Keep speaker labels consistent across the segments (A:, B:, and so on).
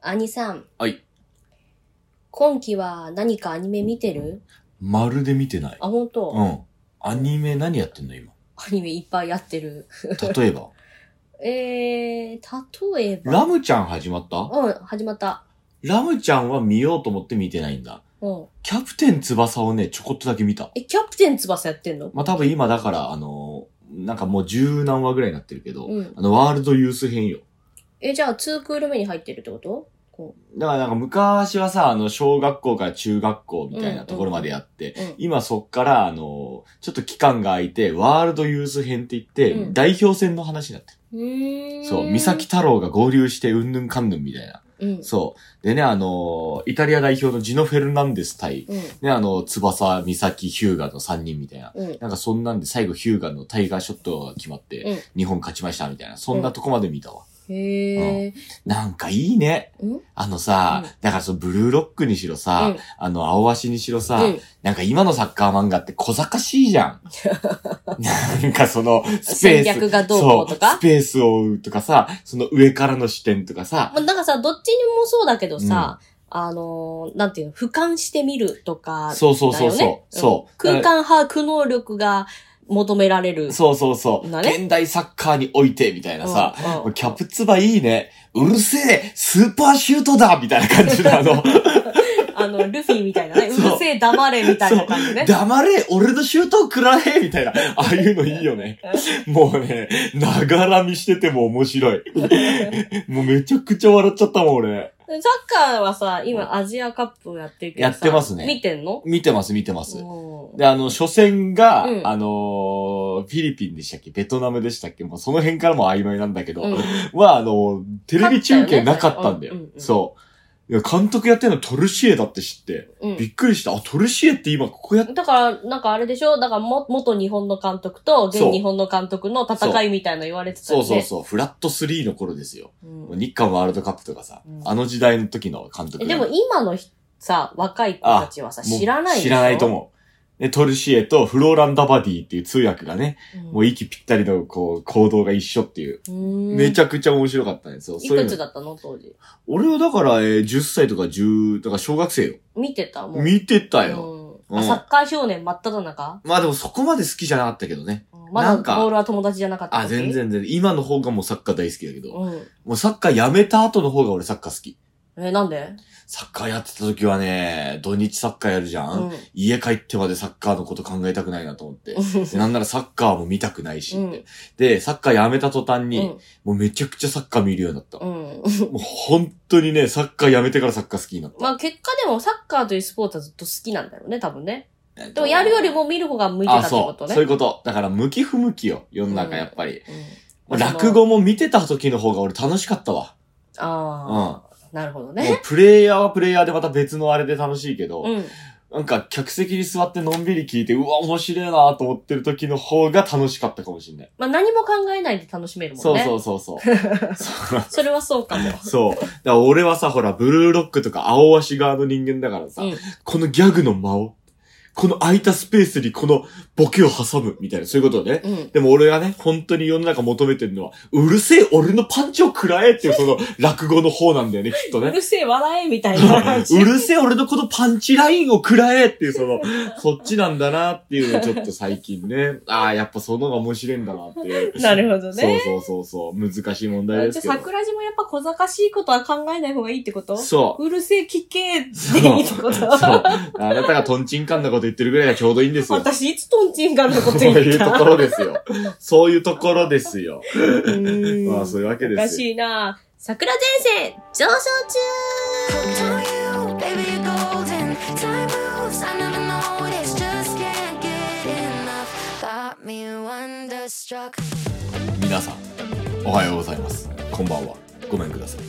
A: 兄さん、
B: はい。
A: 今期は何かアニメ見てる
B: まるで見てない。
A: あ、本当、
B: うん。アニメ何やってんの今。
A: アニメいっぱいやってる。
B: 例え ば。
A: えー、例えば。
B: ラムちゃん始まった
A: うん、始まった。
B: ラムちゃんは見ようと思って見てないんだ。
A: うん。
B: キャプテン翼をね、ちょこっとだけ見た。
A: え、キャプテン翼やってんの
B: まあ、多分今だから、あのーなんかもう十何話ぐらいになってるけど、
A: うん。
B: あの、ワールドユース編よ。
A: え、じゃあ2クール目に入ってるってことこ
B: だからなんか昔はさ、あの、小学校から中学校みたいなところまでやって、
A: う。うん。
B: 今そっから、あのーちょっと期間が空いて、ワールドユース編って言って、
A: うん
B: 代表戦の話になってる。
A: うーん。
B: そう、三崎。太郎が合流してうんぬんかんぬんみたいな。
A: うん。
B: そう。でね、あのーイタリア代表のジノ・フェルナンデス対、
A: うん。
B: ね、あの、翼、美咲、ヒューガの3人みたいな。
A: うん。
B: なんかそんなんで最後ヒューガのタイガーショットが決まって、
A: うん
B: 日本勝ちましたみたいな。そんなとこまで見たわ。
A: へえ。
B: なんかいいね。
A: うん
B: あのさ、
A: うん
B: だからそのブルーロックにしろさ、
A: うん
B: あの、青足にしろさ、
A: うん
B: なんか今のサッカー漫画って小賢しい じゃん。なんかその、スペース。
A: 戦略がどうこうとか
B: そうスペースを追うとかさ、その上からの視点とかさ、
A: まあ、なんかさ、どっちにもそうだけどさ、あのーなんていうの、俯瞰してみるとか、
B: そうそうそうそう
A: だよね
B: そうん
A: 空間把握能力が求められる。
B: そうそうそう。
A: なね
B: 現代サッカーにおいて、みたいなさ。
A: うんうん
B: キャプツバいいね。うるせえスーパーシュートだみたいな感じで、あの、
A: あの、ルフィみたいなね。う
B: そう
A: るせえ黙れ みたいな感じね。
B: 黙れ俺のシュートを食らえみたいな。ああいうのいいよね。もうね、ながら見してても面白い。もうめちゃくちゃ笑っちゃったもん、俺。
A: サッカーはさ、今アジアカップやってるけどさ
B: やってますね
A: 見てんの
B: 見てます、見てます。
A: うん
B: で、あの、初戦が、
A: うん
B: あのーフィリピンでしたっけベトナムでしたっけもうその辺からも曖昧なんだけど、
A: うん
B: は、あの、テレビ中継なかったんだ
A: 勝ったよ
B: よ。
A: ねうん
B: そう。いや、監督やってんのトルシエだって知って、
A: うん
B: びっくりした。あ、トルシエって今ここやっ、
A: だから、なんかあれでしょだからも、元日本の監督と、現
B: そう
A: 日本の監督の戦いみたいなの言われてたよ
B: そう
A: ね。
B: そうそう、フラット3の頃ですよ。
A: うん
B: 日韓ワールドカップとかさ、
A: うん
B: あの時代の時の監督
A: え
B: が。
A: でも今のひさ、若い子たちはさ、
B: もう
A: 知らないでしょ
B: 知らないと思う。で、トルシエとフローランダバディっていう通訳がね、
A: うん。
B: もう息ぴったりの、こう、行動が一緒っていう。めち
A: ゃ
B: ゃくちゃ面白かったんですよ。
A: い
B: そういう
A: くつ
B: の
A: だったの当時。
B: 俺はだから、えー10歳とか10、だから小学生よ。
A: 見てたもう。
B: 見てたよ。
A: うんあ
B: うん
A: サッカー少年真っ只中
B: まあでもそこまで好きじゃなかったけどね。
A: うんまだ
B: なんか
A: ボールは友達じゃなかった時
B: あ、全。然全然。今の方がもうサッカー大好きだけど。
A: うん。
B: もうサッカーやめた後の方が俺サッカー好き。
A: え、なんで
B: サッカーやってた時はね、土日サッカーやるじゃ。
A: うんん。
B: 家帰ってまでサッカーのこと考えたくないなと思って。でなんならサッカーも見たくないしって。
A: うん
B: で、サッカーやめた途端
A: う
B: に、
A: ん。
B: もうめちゃくちゃサッカー見るようになった。
A: うん。
B: もう本当にね、サッカーやめてからサッカー好きになった。
A: まあ結果でもサッカーというスポーツはずっと好きなんだろうね、多分ね。
B: えっ
A: で
B: と
A: もやるよりも見る方が向いてた
B: あ、
A: ってこ
B: そ
A: と
B: う。
A: ね。
B: そういうこと。だから、向き不向きよ。世の中、やっぱ
A: う
B: り。
A: ん
B: まあ落語も見てた時の方が俺楽しかったわ。
A: あ
B: うん。
A: あ、なるほど
B: もう
A: ね。
B: プレイヤーはプレイヤーでまた別のあれで楽しいけど、
A: うん。
B: なんか客席に座ってのんびり聞いて、うわ、面白いなと思ってる時の方が楽しかったかもしれない。
A: まあ何も考えないで楽しめるもんね。
B: そうそうそうそう。そう
A: それはそう かも。
B: そう。だから俺はさ、ほら、ブルーロックとか青足側の人間だからさ、
A: うん
B: このギャグの間を、この空いたスペースにこのボケを挟むみたいな、そういうことね。
A: うん。
B: でも俺がね、本当に世の中求めてるのは、うるせえ俺のパンチを食らえっていうその落語の方なんだよね、きっと
A: う
B: ね。
A: るせえ笑えみたいな感じ。
B: うるせえ俺のこのパンチラインを食らえっていうそ の、そっちなんだなっていうのをちょっと最近ね、ああ、やっぱその方が面白いんだなって いう。
A: なるほどね。
B: そうそうそうそう、難しい問題
A: あ
B: で
A: じゃ
B: す
A: あ
B: けど。
A: 桜島やっぱ小賢しいことは考えない方がいいってこと
B: そう。
A: うるせえ聞けっていいってこと
B: そう。あなたがトンチンカンなこと言ってるぐらいがちょうどいいんです よ。
A: 私いつトンチンカンのこと
B: そう
A: 言った
B: いうところですよ。そういうところですよ。
A: うーん
B: まあ、そういうわけ
A: おか
B: ですよ。
A: しいな桜前線上昇中
C: Baby, you're golden. Time moves, I never noticed. Just can't get enough. Got me wonderstruck.
B: 皆さん、おはようございます。こんばんは。ごめんください。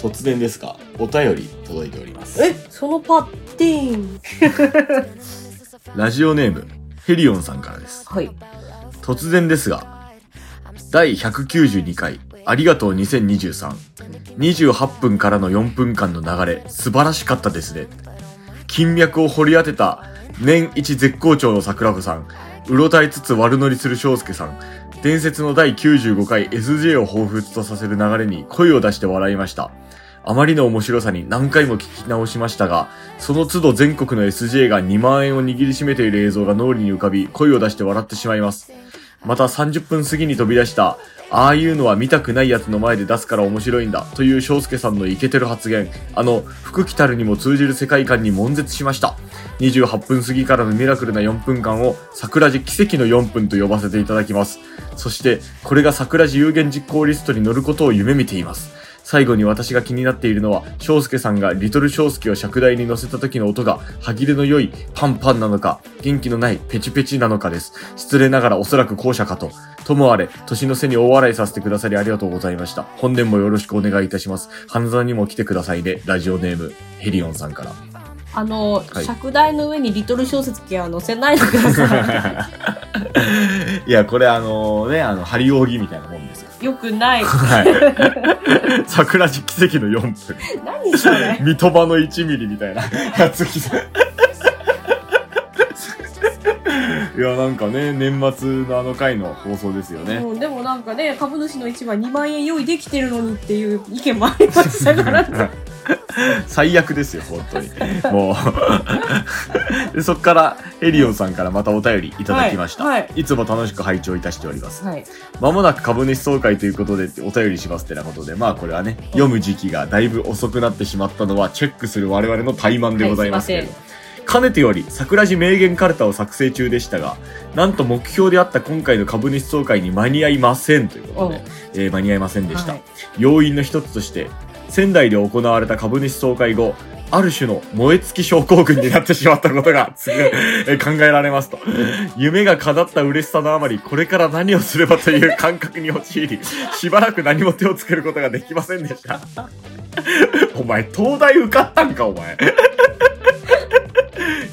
B: 突然ですが、お便り届いております。
A: えそのパッティン
B: ラジオネーム、ヘリオンさんからです。
A: はい
B: 突然ですが、第192回、ありがとう2023。28分からの4分間の流れ、素晴らしかったですね。金脈を掘り当てた、年一絶好調の桜子さん、うろたえつつ悪乗りする翔介さん、伝説の第95回 SJ を彷彿とさせる流れに声を出して笑いました。あまりの面白さに何回も聞き直しましたが、その都度全国の SJ が2万円を握りしめている映像が脳裏に浮かび、声を出して笑ってしまいます。また30分過ぎに飛び出した、ああいうのは見たくないやつの前で出すから面白いんだ、という翔介さんのイケてる発言、あの、福来たるにも通じる世界観に悶絶しました。28分過ぎからのミラクルな4分間を、桜地奇跡の4分と呼ばせていただきます。そして、これが桜地有言実行リストに乗ることを夢見ています。最後に私が気になっているのは、翔介さんがリトル翔介を尺台に乗せた時の音が、歯切れの良いパンパンなのか、元気のないペチペチなのかです。失礼ながらおそらく後者かと。ともあれ、年の瀬に大笑いさせてくださりありがとうございました。本年もよろしくお願いいたします。半沢にも来てくださいね。ラジオネーム、ヘリオンさんから。
A: あの、
B: はい
A: 尺台の上にリトル小説系は載せないでくだ さ
B: いや、これあのね、あの、ハリオギみたいなもんですよ。
A: い。よくない。
B: はい。桜地奇跡の4分。
A: 何それ。
B: 三笘の1ミリみたいなやつ着ていやなんかね年末のあの回の放送ですよね
A: うんでもなんかね、株主の一番2万円用意できてるのにっていう意見もありましたから、
B: 最悪ですよ本当にもうでそっからエリオンさんからまたお便りいただきました、
A: はい
B: い
A: は
B: つも楽しく拝聴いたしております
A: はい。
B: まもなく株主総会ということでお便りしますってなことでまあこれはね読む時期がだいぶ遅くなってしまったのはチェックする我々の怠慢でございますけれど、
A: はいす
B: かねてより桜地名言カルタを作成中でしたがなんと目標であった今回の株主総会に間に合いませんということで、えー間に合いませんでした、
A: はい
B: 要因の一つとして仙台で行われた株主総会後ある種の燃え尽き症候群になってしまったことが 次えー考えられますと夢が叶った嬉しさのあまりこれから何をすればという感覚に陥りしばらく何も手をつけることができませんでした お前東大受かったんかお前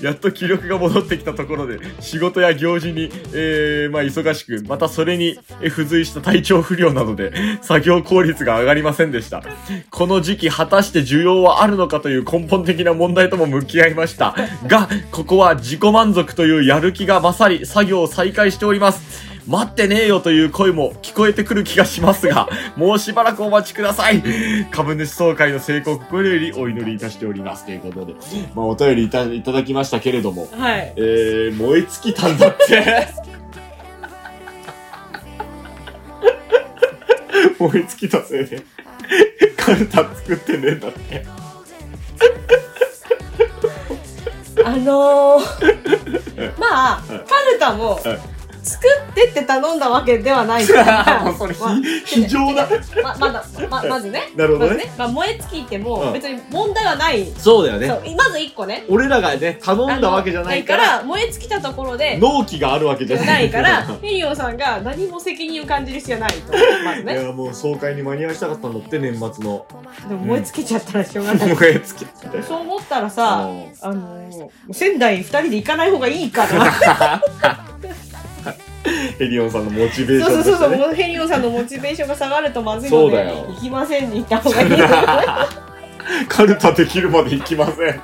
B: やっと気力が戻ってきたところで、仕事や行事に、えー、まあ忙しく、またそれにえー付随した体調不良などで、作業効率が上がりませんでした。この時期果たして需要はあるのかという根本的な問題とも向き合いました。が、ここは自己満足というやる気が勝り、作業を再開しております。待ってねえよという声も聞こえてくる気がしますが、もうしばらくお待ちください。株主総会の成功を心よりお祈りいたしております。ということで、まあ、お便りいたいただきましたけれども、
A: はい。
B: えー、燃え尽きたんだ って。燃え尽きたせいで、カルタ作ってねえん だって。
A: あのー、 まあ、カルタも
B: はい、
A: 作ってって頼んだわけではないから。
B: もうそれ
A: まあ
B: 非非常な。
A: ままだままずね
B: なるほどね
A: まずまあ、燃え尽きて
B: う
A: も
B: ん
A: 別に問題はない、
B: そうだよ
A: そ。うまず一個ね
B: 俺らがね、頼
A: あのないから燃え尽きたところで
B: 納期があるわけじゃない
A: ないから フェリオさんが何も責任を感じる必要はないとまず
B: い
A: ね
B: やもう総会に間に合わせたかったんだって年 末の
A: でも燃え尽きちゃったらしょうがない、
B: 燃え尽きって
A: そう思ったらさ
B: うん
A: あの仙台二人で行かない方がいいから
B: ヘリオンさんのモチベーシ
A: そう
B: ョ
A: そ
B: ン
A: う
B: と
A: そうそ
B: して
A: う
B: ね
A: もうフェリオさんのモチベーションが下がるとまずいの
B: そうだ
A: で
B: よ
A: 行きませんに行った方がいいと思う
B: カルタできるまで行きません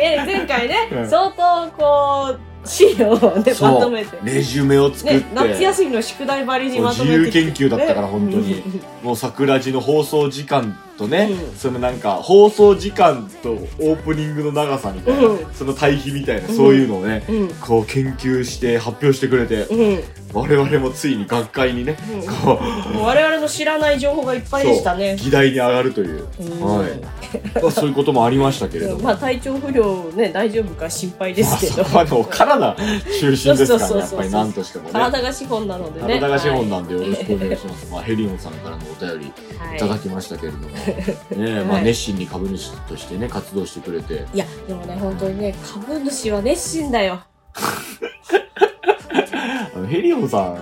A: え前回ね、
B: うん
A: 相当こう資料をね
B: そう
A: まとめて
B: レジュメを作っ
A: ね、夏
B: て
A: 休みの宿題ばりにまと
B: 自
A: めてき
B: 由
A: て
B: 研究だったから
A: ね
B: 本当に
A: うん
B: もう桜地の放送時間とね
A: うん
B: そのなんか放送時間とオープニングの長さみたいな
A: うん
B: その対比みたいな
A: うん
B: そういうのをね
A: うん
B: こう研究して発表してくれて
A: うんうん
B: 我々もついに学会にねこう
A: もう我々の知らない情報がいっぱいでしたね
B: そう議題に上がるという
A: うん
B: はいまあそういうこともありましたけれども
A: まあ体調不良ね大丈夫か心配ですけ
B: まあ
A: ど
B: そこはでも体中心ですから
A: そうそうそうそう
B: ねやっぱり何としてもね
A: 体が資本なのでね
B: 体が資本なんでよろしくお願いします、まあ、ヘリオンさんからもお便りい
A: はい
B: た
A: は
B: だ
A: い
B: きましたけ れども、ねまあ、
A: はい
B: 熱心に株主としてね活動してくれて
A: いやでもね本当にね株主は熱心だよ
B: あのヘリオンさんっ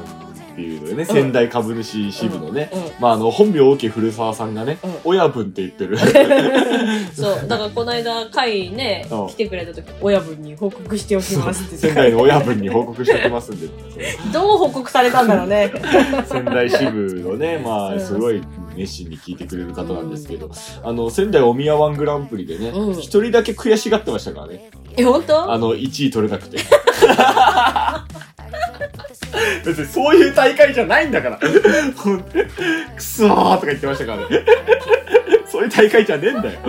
B: ていうのでね仙台株主支部のね、
A: うんうん
B: まあ、あの本名大きい古澤さんがね、
A: うん
B: 親分って言っ てる
A: そうだからこの間会ね
B: うん
A: 来てくれた時親分に報告しておきますって言
B: 仙
A: って
B: 台の親分に報告しておきますんで
A: どう報告されたんだろう ね
B: 仙台支部の ね、ま
A: う
B: あ、
A: ん
B: すごい熱心に聞いてくれる方なんですけど、あの、仙台おみやワングランプリでね、一、
A: うん
B: 人だけ悔しがってましたからね。
A: え本当
B: あの、1位取れなくて。別にそういう大会じゃないんだから。ほんくそーとか言ってましたからね。そういう大会じゃねえんだよ。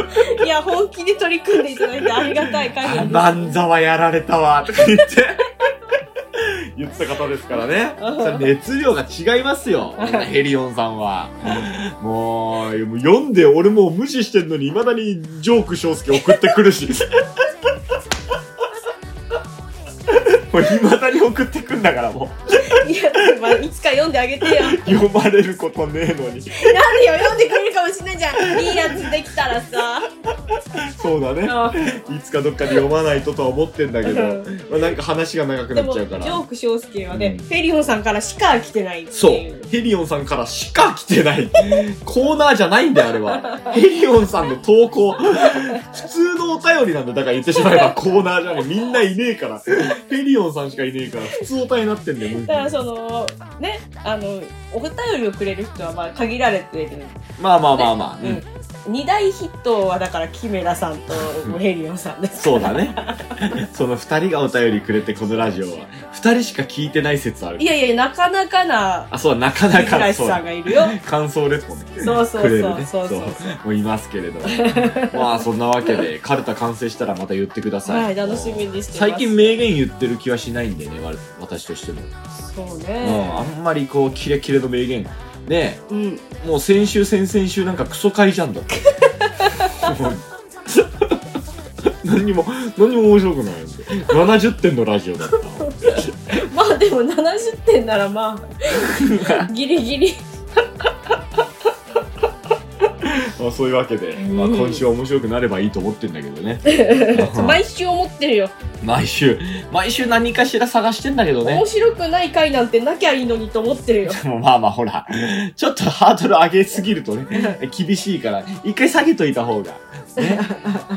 A: いや、本気で取り組んでいただいてありがたい限りです。
B: 万座はやられたわとか言って。言ってた方ですからね。それ熱量が違いますよ。ヘリオンさんは。もう、もう読んで俺もう無視してんのに、未だにジョーク翔介送ってくるし。もう未だに送ってくんだからも
A: いや、まあ、いつか読んであげてよ。
B: う、読まれることねえ
A: な
B: のに。
A: んでよ、読んでくれるかもしれないじゃん。いいやつできたらさ。
B: そうだね。いつかどっかで読まないととは思ってんだけど、まあ、なんか話が長く
A: で
B: なっ
A: も、
B: ち
A: ジ
B: ゃう
A: ョ
B: から。
A: ーク翔介はね、
B: うん
A: フェリオンさんからしか来てないっていう。
B: そう。ヘリオンさんからしか来てない。コーナーじゃないんだよ、あ れは。ヘリオンさんの投稿。普通のお便りなんだ。だから言ってしまえばコーナーじゃない。みんないねえから。ヘリオンさんしかいねえから、普通お便りになってんだよ、もう
A: だからその、ね、あの、お便りをくれる人はまあ限られてる。
B: まあまあまあまあ。うん
A: うん。二大ヒットはだから、キメラさんとヘリオンさんです。
B: そうだね。その二人がお便りくれて、このラジオは。二人しか聞いてない説ある
A: い。やいや、なかなかな、
B: あ、そうだ、なかな
A: 三
B: か
A: 橋
B: そう
A: さ
B: だ
A: んがいるよ。
B: 感想レポね。
A: そうそうそう
B: くれるね。
A: そうそうそう
B: もういますけれ ども。まあ、そんなわけで、カルタ完成したらまた言ってください。
A: はい、楽しみにしてます。
B: 最近名言言ってる気はしないんでね、わ私としても。
A: そう
B: うん、あ
A: ね。
B: んまりこう、キレキレの名言。ね
A: うん。
B: えもう先週、先々週なんかクソ会じゃんだって。 もう何にも、何にも面白くないんで。70点のラジオだった。
A: まあでも70点ならま あ、ギリギリ。
B: まあ、そういうわけで、まあ、
A: うん
B: 今週は面白くなればいいと思ってんだけどね。
A: 毎週思ってるよ。
B: 毎週、毎週何かしら探してんだけどね
A: 面。白くない回なんてなきゃいいのにと思ってるよ。
B: でもまあまあほら、ちょっとハードル上げすぎる とね、厳しいから、一回下げといた方が。ね、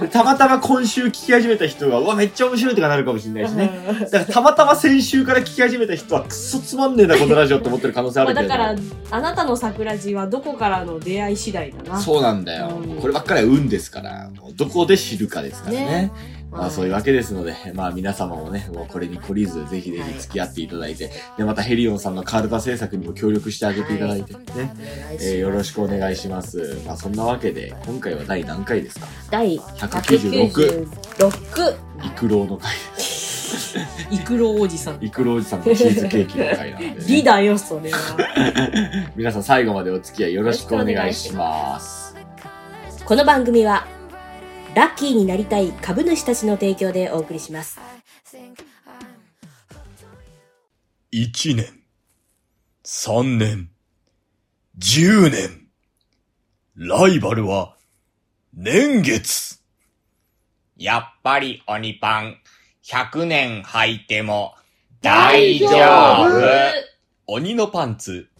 B: でたまたま今週聞き始めた人が、うわ、めっちゃ面白いとかなるかもしれない しね。だからたまたま先週から聞き始めた人は、くそつまんねえな、このラジオって思ってる可能性あ
A: まあ
B: るけ
A: だ
B: ど。
A: から、あなたの桜地はどこからの出会い次第だな。
B: そうなんだよ
A: うん。
B: こればっかりは運ですから、どこで知るかですからね。
A: ね
B: まあそういうわけですので、まあ皆様もね、もうこれに懲りず、ぜひぜひ付き合っていただいて、で、またヘリオンさんのカルタ制作にも協力してあげていただいて、ね。
A: え
B: えーよろしくお願いします。まあ、そんなわけで、今回は第何回ですか
A: 第
B: 196
A: 196
B: 育郎の回 です。
A: イクロおじさん。
B: 育郎おじさんのチーズケーキの回 なんで、ね。
A: リだよ、それは。
B: 皆さん最後までお付き合いよろしくお願いします。
A: この番組は、ラッキーになりたい株主たちの提供でお送りします。
C: think I'm
D: 一年、三年、十年。ライバルは、年月。
E: やっぱり鬼パン、100年履いても大丈夫鬼のパンツ。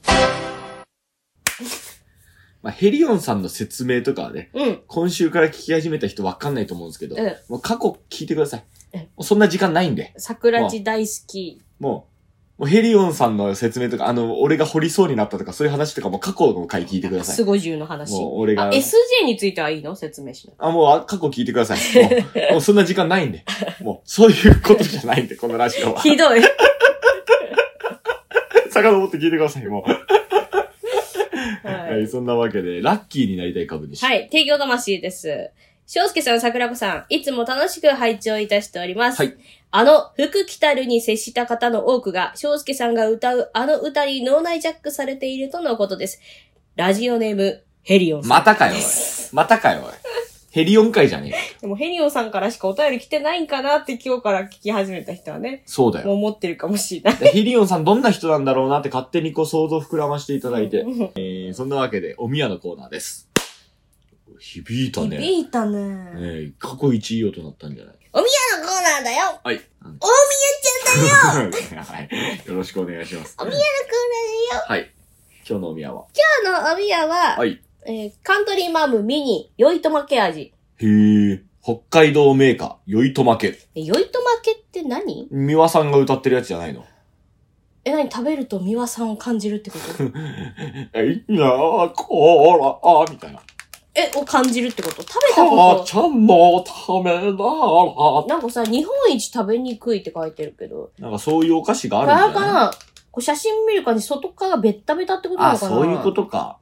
B: まあ、ヘリオンさんの説明とかはね、
A: うん。
B: 今週から聞き始めた人わかんないと思うんですけど、
A: うん
B: もう過去聞いてください。
A: うん
B: もうそんな時間ないんで、
A: 桜地大好き。
B: もう、もうヘリオンさんの説明とか、あの、俺が掘りそうになったとか、そういう話とかも過去の回聞いてください
A: す。ごい銃の話。
B: もう俺が
A: あ SJ についてはいいの説明し な
B: あ、もうあ過去聞いてください。もうもうそんな時間ないんで。もうそういうことじゃないんで、このラジオは。
A: い。ひどい。
B: 遡って聞いてください、もう。は
A: はい
B: い、そんなわけで、ラッキーになりたい株主。。
A: はいい、提供魂です。翔介さん、桜子さん、いつも楽しく拝聴いたしております。
B: はい
A: あの、服着たるに接した方の多くが、翔介さんが歌うあの歌に脳内ジャックされているとのことです。ラジオネーム、ヘリオンさん。
B: またかよ、おい。またかよ、おい。ヘリオン会じゃねえか。
A: でもヘリオンさんからしかお便り来てないんかなって今日から聞き始めた人はね、
B: そうだ
A: もう
B: よ。
A: 思ってるかもしれない。
B: ヘリオンさんどんな人なんだろうなって勝手にこう想像膨らましてい ただいて。えー、そんなわけで、おみやのコーナーです。響いたね。
A: いたね。おみやの
B: えー、過去一いい音だったんじゃない
A: コーナーだよ
B: は
A: 大
B: い。
A: 宮ちゃんだよ
B: はい。よろしくお願いします。おみやのコーナーよ。はい。今日のおみやは。
A: 今日のおみやは、
B: はい。
A: えーカントリーマームミニ、よいとまけ味。
B: へえ、北海道メーカー、よいとまけ。
A: えよいとまけって何
B: 美輪さんが歌ってるやつじゃないの
A: え、何食べると美輪さんを感じるってこと
B: え、いやー、こーら、あーみたいな。
A: え、を感じるってこと食べた
B: 母
A: こ
B: ちゃんのためなら
A: と。なんかさ、日本一食べにくいって書いてるけど。
B: なんかそういうお菓子が
A: あ
B: あ
A: れ
B: るん
A: か
B: じゃない
A: なこう写真見る感じ、外側がベッタベタってことな
B: あ、
A: のかな
B: そういうことか。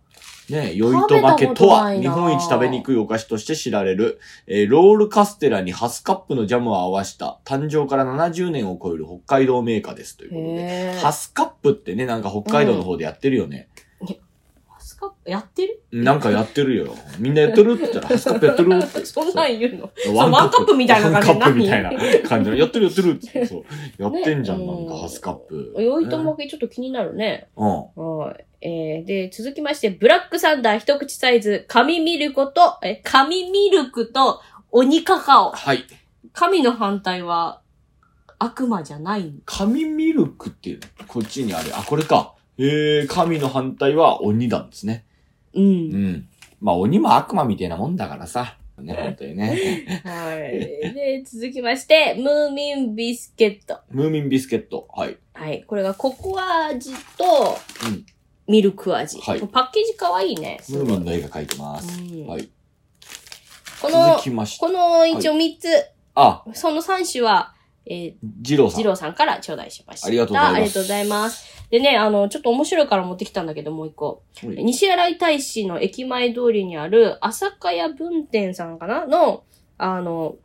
B: ねえ、酔いと化け
A: 食べたこと
B: とは、日
A: ないな
B: 本一食べにくいお菓子として知られる、えーロールカステラにハスカップのジャムを合わした、誕生から70年を超える北海道メーカーです。ということで。
A: へー
B: ハスカップってね、なんか北海道の方でやってるよね。
A: ハスカップやってる。
B: なんかやってるよ。みんなやってるって言ったら、ハスカップやってるっ て
A: そんなん言うの
B: そう
A: ワンカップみたいな感じ
B: ワンカップみたいな
A: 何
B: 感じの。やってるやってるって。そう。やってんじゃん、
A: ね
B: なんかハスカップ。
A: 酔いともけちょっと気になるね。
B: うん。
A: はい。えー、で、続きまして、ブラックサンダー一口サイズ、紙ミルクと、え、紙ミルクと、鬼カカオ。
B: はい。
A: 神の反対は、悪魔じゃない
B: 神ミルクっていう、こっちにある。あ、これか。へえ、神の反対は鬼なんですね。
A: う。
B: うんん。まあ鬼も悪魔みたいなもんだからさ。ね、本当にね。
A: はい。で、続きまして、ムーミンビスケット。
B: ムーミンビスケット。はい。
A: はい。これがココア味と
B: うん、
A: ミルク味。
B: はい
A: パッケージ可愛いね。す
B: ム
A: ご
B: ー
A: い
B: ミンの絵が描いてます。
A: うん
B: はい。
A: この
B: 続、きまして。
A: この一応3つ、
B: あ、
A: その3種は、えー
B: ジローさ
A: 二
B: ん。
A: 郎さんから頂戴しました。
B: ありがとうございます
A: ありがとうございます。でね、あの、ちょっと面白いから持ってきたんだけど、もう一個。
B: はい
A: 西新井大使の駅前通りにある、朝霞屋文店さんかなの、あの、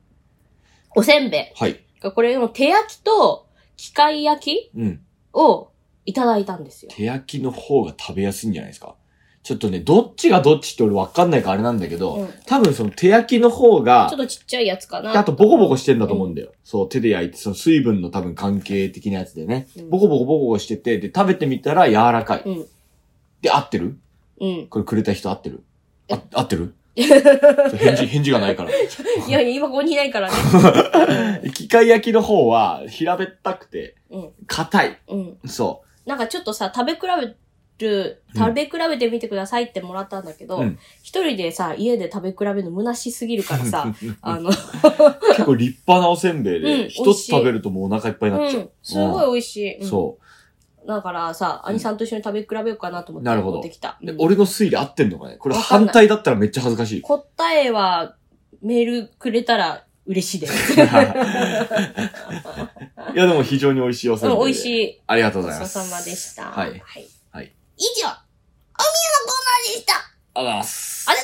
A: おせんべ
B: はい。
A: い。これの手焼きと機械焼き
B: うん。
A: をいただいたんですよ。
B: 手焼きの方が食べやすいんじゃないですか。ちょっとね、どっちがどっちって俺わかんないからあれなんだけど、
A: うん
B: 多分その手焼きの方が、
A: ちょっとちっちゃいやつか
B: であ
A: な。
B: と、ボコボコしてんだと思うんだよ。そう、手で焼いて、その水分の多分関係的なやつでね。
A: うん
B: ボコボコボコボコしてて、で、食べてみたら柔らかい。
A: うん
B: で、合ってる
A: うん。
B: これくれた人合ってるあ、合っ てる返事、返事がないから。
A: いや、今ここにいないからね。
B: 機械焼きの方は、平べったくて
A: うん、
B: 硬い。
A: うん。
B: そ
A: なんかちょっとさ、食べ比べる、
B: うん
A: 食べ比べてみてくださいってもらったんだけど、
B: うん
A: 一人でさ、家で食べ比べるの虚しすぎるから さ、あの、
B: う。結構立派なおせんべい
A: うん
B: で、
A: 美
B: 一
A: 味し
B: つ
A: い
B: 食べるともうお腹いっぱいになっち
A: う
B: ゃ
A: ん、すごい美味しい。
B: う。
A: うん
B: そ
A: だからさ、兄さんと一緒に食べ比べようかなと思って
B: なるほど
A: 持ってきた。
B: う。で
A: うん
B: 俺の推理合ってんのかねこれ
A: わかんない
B: 反対だったらめっちゃ 恥ずかしい。
A: 答えは、メールくれたら嬉しい です。
B: いや、でも非常に美味しいおせ
A: う
B: んべい
A: ん
B: で。
A: 美味しい。
B: ありがとう
A: ご
B: ござい
A: ち
B: ま
A: そ
B: す。
A: うさまでした。
B: はい
A: はい。
B: はい
A: 以上、おみやのコーナーでした
B: ありがとうございます。
A: ありが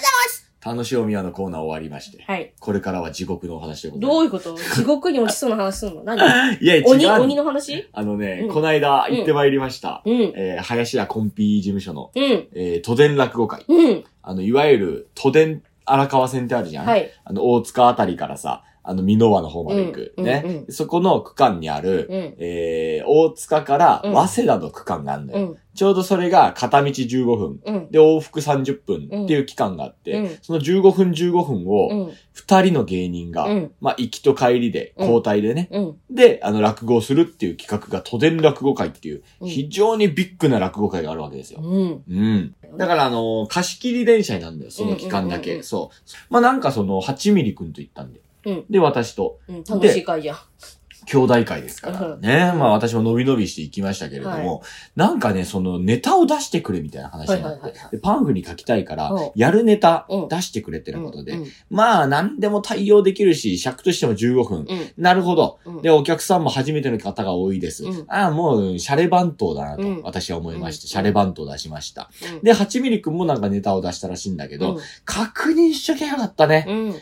A: と
B: 楽しいお宮のコーナー終わりまして、
A: はい。
B: これからは地獄のお話でござい
A: ど
B: ま
A: ういうこと地獄に落ちそうな話すんの何
B: す。いや、 違
A: 鬼、
B: う
A: 鬼
B: ん
A: の
B: だ。
A: 話
B: あのね、
A: うん
B: こないだ行ってまいりました。
A: うん。
B: えー、林家コンピー事務所の、
A: うん。
B: えー、都電落語会。
A: うん。
B: あの、いわゆる都電荒川線ってあるじゃん。
A: はい。
B: あの、大塚あたりからさ、あの、美濃和の方まで行く。
A: うん
B: ね、
A: うんうん
B: そこの区間にある、
A: うん。
B: えー、大塚から
A: うん
B: 早稲田の区間があるの
A: う
B: よ、
A: ん。
B: ちょうどそれが片道15分。
A: うん。
B: で、往復30分っていう期間があって、
A: うん
B: その15分15分
A: う
B: を、
A: ん。
B: 二人の芸人が、
A: うん。
B: まあ、行きと帰りで、
A: うん
B: 交代でね。
A: うん。
B: で、あの、落語をするっていう企画が、都電落語会っていう、
A: うん
B: 非常にビッグな落語会があるわけですよ。
A: うん。
B: うん。だから、あのー貸し切り電車になるんだよ、その期間だ
A: うんうんうんう
B: け。
A: ん
B: そう。まあ、なんかその、8ミリくんと行ったんで。
A: うん
B: で、私と、
A: うん。楽しい会じゃん。
B: 兄弟会ですから
A: うん
B: ね。まあ、私も伸び伸びして行きましたけれども、なんかね、その、ネタを出してくれみたいな話になっ
A: はい
B: て
A: はいはいは。い
B: で、パンフに書きたいから
A: うん、
B: やるネタ
A: うん
B: 出してくれってなことで
A: う、ん。
B: まあ、何でも対応できるし、尺としても15分。
A: うん。
B: なるほど
A: う。ん
B: で、お客さんも初めての方が多いです。
A: うん
B: ああ、もう、シャレ番頭だなと
A: うん、
B: 私は思いまして、
A: うん
B: シャレ番頭出しました。
A: うん
B: で、8ミリくんもなんかネタを出したらしいんだけど、確認しときゃよかったね。
A: うん。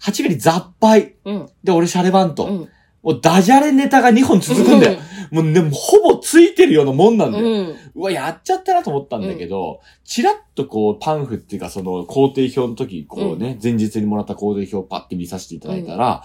B: 8ミリ雑敗。
A: うん。
B: で、俺シャレ番
A: う
B: 頭。
A: ん。
B: もう、ダジャレネタが2本続くんだよ。もうね、もうほぼついてるようなもんなんだよ。
A: うん。
B: うわ、やっちゃったなと思ったんだけど、チラッとこう、パンフっていうか、その、工程表の時、こうね、前日にもらった工程表をパッて見させていただいたら、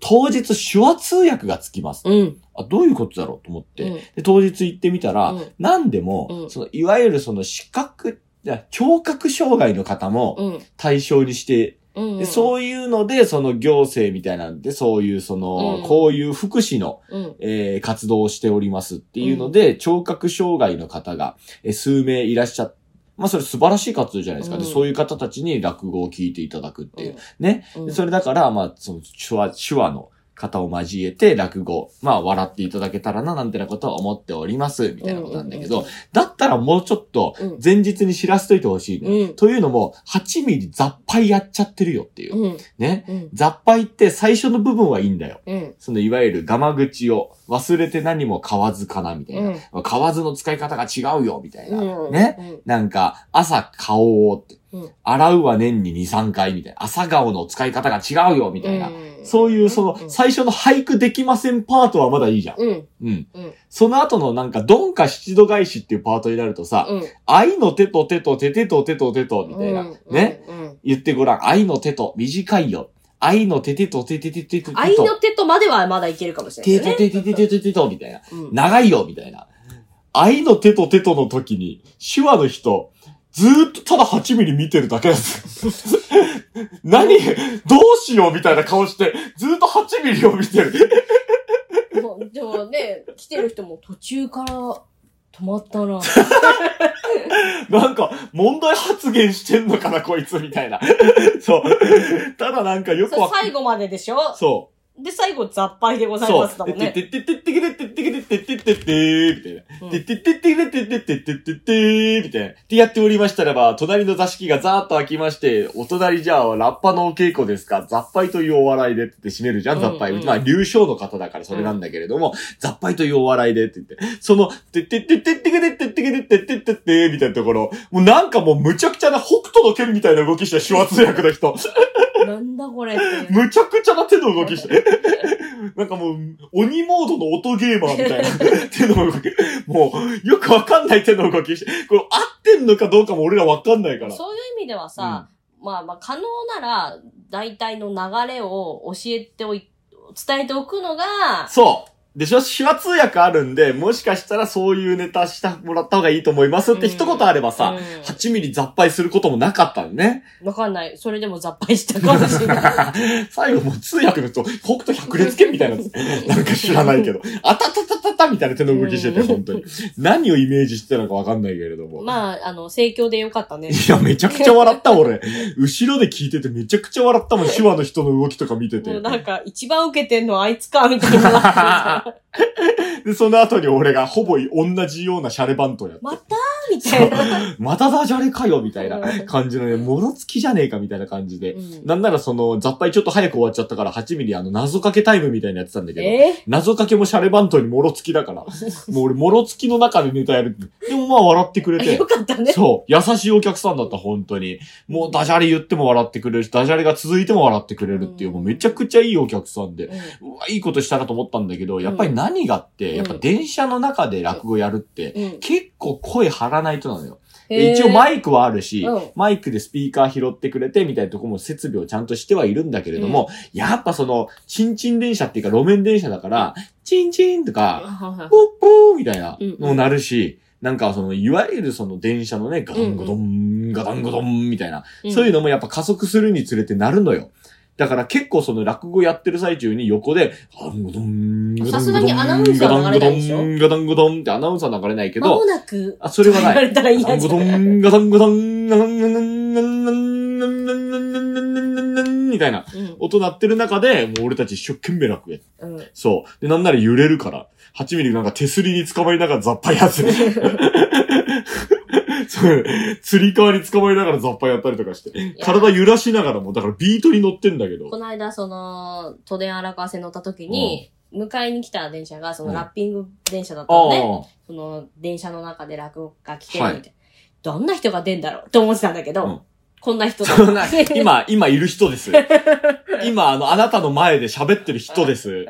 B: 当日手話通訳がつきます。
A: うん。
B: あ、どういうことだろうと思って、
A: うん
B: で、当日行ってみたら、
A: うん
B: 何でも、
A: うん
B: その、いわゆるその視覚、いや聴覚障害の方も
A: うん。
B: 対象にして、
A: うん。
B: でそういうので、その行政みたいなんで、そういうそ
A: う
B: の、
A: ん
B: こういう福祉の
A: うん。
B: えー活動をしておりますっていうので、聴覚障害の方が、えー数名いらっしゃっまあそれ素晴らしい活動じゃないですか、で。
A: うん
B: そういう方たちに落語を聞いていただくっていう。ね。
A: うん。
B: でそれだから、まあその手話、手話の方を交えて落語、まあ笑っていただけたらななんてなことは思っております、みたいなことなんだけ
A: うん
B: ど、だったらもうちょっと
A: うん
B: 前日に知らせといてほしいね。
A: うん。
B: というのも、8ミリ雑牌やっちゃってるよっていう。
A: うん。
B: ね。
A: うん。
B: 雑牌って最初の部分はいいんだよ。
A: うん。
B: そのいわゆるガマ口を忘れて何も買わずかな、みたいな。
A: うん。
B: 買わずの使い方が違うよ、みたいな。
A: うん。
B: ね。なんか、朝顔をって
A: うん、
B: 洗うは年に2、3回みたいな。朝顔の使い方が違うよ、みたいな。
A: うん。
B: そういう、そ
A: うん
B: の、最初の俳句できませんパートはまだいいじゃん。
A: うん。
B: うん
A: うん。
B: その後のなんか、鈍化七度返しっていうパートになるとさ、
A: うん。
B: 愛の手と手と手手と手と手と、みたいな
A: うん。
B: ね。。
A: うん
B: 言ってごらん。愛の手と短いよ。愛の手手と手手手手手手
A: 愛の
B: と。
A: 手とまではまだいけるかもしれ
B: 手
A: ないよ
B: と
A: ね。
B: 手手手手手手と、みたいな。
A: うん
B: 長いよみたいな。愛の手と手との時に、手話の人、ずーっとただ8ミリ見てるだけです。何どうしようみたいな顔して、ずーっと8ミリを見てる。
A: もうでもね、来てる人も途中から止ま ったな。
B: なんか、問題発言してんのかな、こいつ、みたいな。そう。ただなんかよく
A: それ
B: わか
A: 最後まででしょ
B: そう。
A: で、最後、雑牌でござい
B: そ
A: ま
B: う
A: すだもんね。
B: てってってってってってってってってってみたいな。てってってってってってってってってってみたいな。ってやっておりましたらば、隣の座敷がザーッと開きまして、お隣じゃあ、ラッパのお稽古ですか雑牌というお笑いでって言って締めるじゃん、雑牌。まあ、流暢の方だからそれなんだけれども、雑牌というお笑いでって言って、その、てってってってってってってってってってってってみたいなところ、もうなんかもうむちゃくちゃな北斗の剣みたいな動きして手話通訳の人。
A: なんだこれって いう。
B: むちゃくちゃな手の動きして。なんかもう、鬼モードの音ゲーマーみたいな手の動き。もう、よくわかんない手の動きして。これ合ってんのかどうかも俺らわかんないから。
A: そういう意味ではさ、まあまあ可能なら、大体の流れを教えておい、伝えておくのが、
B: そう。でしょ手話通訳あるんで、もしかしたらそういうネタした、もらった方がいいと思いますって一言あればさ、
A: う
B: 8ミリ雑牌することもなかったのね。
A: んわかんない。それでも雑牌したかもしれない。
B: 最後もう通訳の人、北斗百裂拳みたいなやつ。なんか知らないけど、あたたたたたみたいな手の動きしてて、
A: うん
B: 本当に。何をイメージしてたのかわかんないけれども。
A: まあ、あの、盛況でよかったね。
B: いや、めちゃくちゃ笑った、俺。後ろで聞いててめちゃくちゃ笑ったもん、手話の人の動きとか見てて
A: もう。なんか、一番受けてんのあいつか、みたいになって さ
B: で、その後に俺がほぼ同じようなシャレバントやって。
A: また みたいな。
B: またダジャレかよみたい
A: う
B: な
A: ん
B: 感じのね、もろつきじゃねえかみたいな感じで
A: う。ん
B: なんならその、雑牌ちょっと早く終わっちゃったから、8ミリあの、謎かけタイムみたいなのやってたんだけど。
A: え
B: 謎かけもシャレバントにもろつきだから。もう俺、もろつきの中でネタやるって。でもまあ笑ってくれ て
A: よ。かったね。
B: そう。優しいお客さんだった、本当に。もうダジャレ言っても笑ってくれるし、ダジャレが続いても笑ってくれるっていう、
A: うん
B: もうめちゃくちゃいいお客さんで。
A: うん
B: うわ、いいことしたなと思ったんだけど、やっぱり何がって、
A: うん
B: やっぱ電車の中で落語やるって、
A: うん
B: 結構声張らないとなのよ。
A: へー
B: 一応マイクはあるし、
A: うん
B: マイクでスピーカー拾ってくれてみたいなとこも設備をちゃんとしてはいるんだけれども、やっぱその、チンチン電車っていうか路面電車だから、チンチンとか、ポッポーみたいなのなるし、なんかその、いわゆるその電車のね、ガダンゴドン、ガダンゴドンみたいな、そういうのもやっぱ加速するにつれてなるのよ。だから結構その落語やってる最中に横で、ガダンゴドン、ガダンゴドン、ガダンゴドン、ガダンゴドンってアナウンサー流れないけ
A: ま
B: ど
A: も、なく、
B: あ、それは
A: 言わ
B: ない。
A: れたら
B: ガダ
A: 嫌
B: ン
A: じ
B: ゴ
A: ゃ
B: ド
A: ん。
B: ン、ガダンゴドン、ガダンゴドン、ガダンゴドン、ガダンゴドン、ガダンゴドン、ガダンゴドン、みたいな
A: うん
B: 音鳴ってる中で、もう俺たち一生懸命落語やって
A: うん
B: そう。で、なんなら揺れるから。8ミリなんか手すりに捕まりながら雑把やつ。 そう。釣り革に捕まりながら雑把やったりとかして。体揺らしながらも、だからビートに乗ってんだけ
A: こ
B: ど。
A: の間、その、都電荒川線乗った時に、迎えに来た電車が、その
B: うん
A: ラッピング電車だった
B: ああ
A: のね。その、電車の中で落語が来てるみたい
B: は
A: な。どんな人が出んだろうって思ってたんだけど、
B: うん
A: こんな人だ
B: そんな。 今、今いる人です。今、あの、あなたの前で喋ってる人です。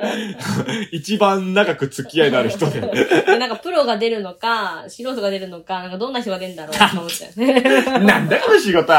B: 一番長く付き合いのある人で。
A: でなんかプロが出るのか、素人が出るのか、なんかどんな人が出るんだろうって思ってたよね。
B: なんだこの仕事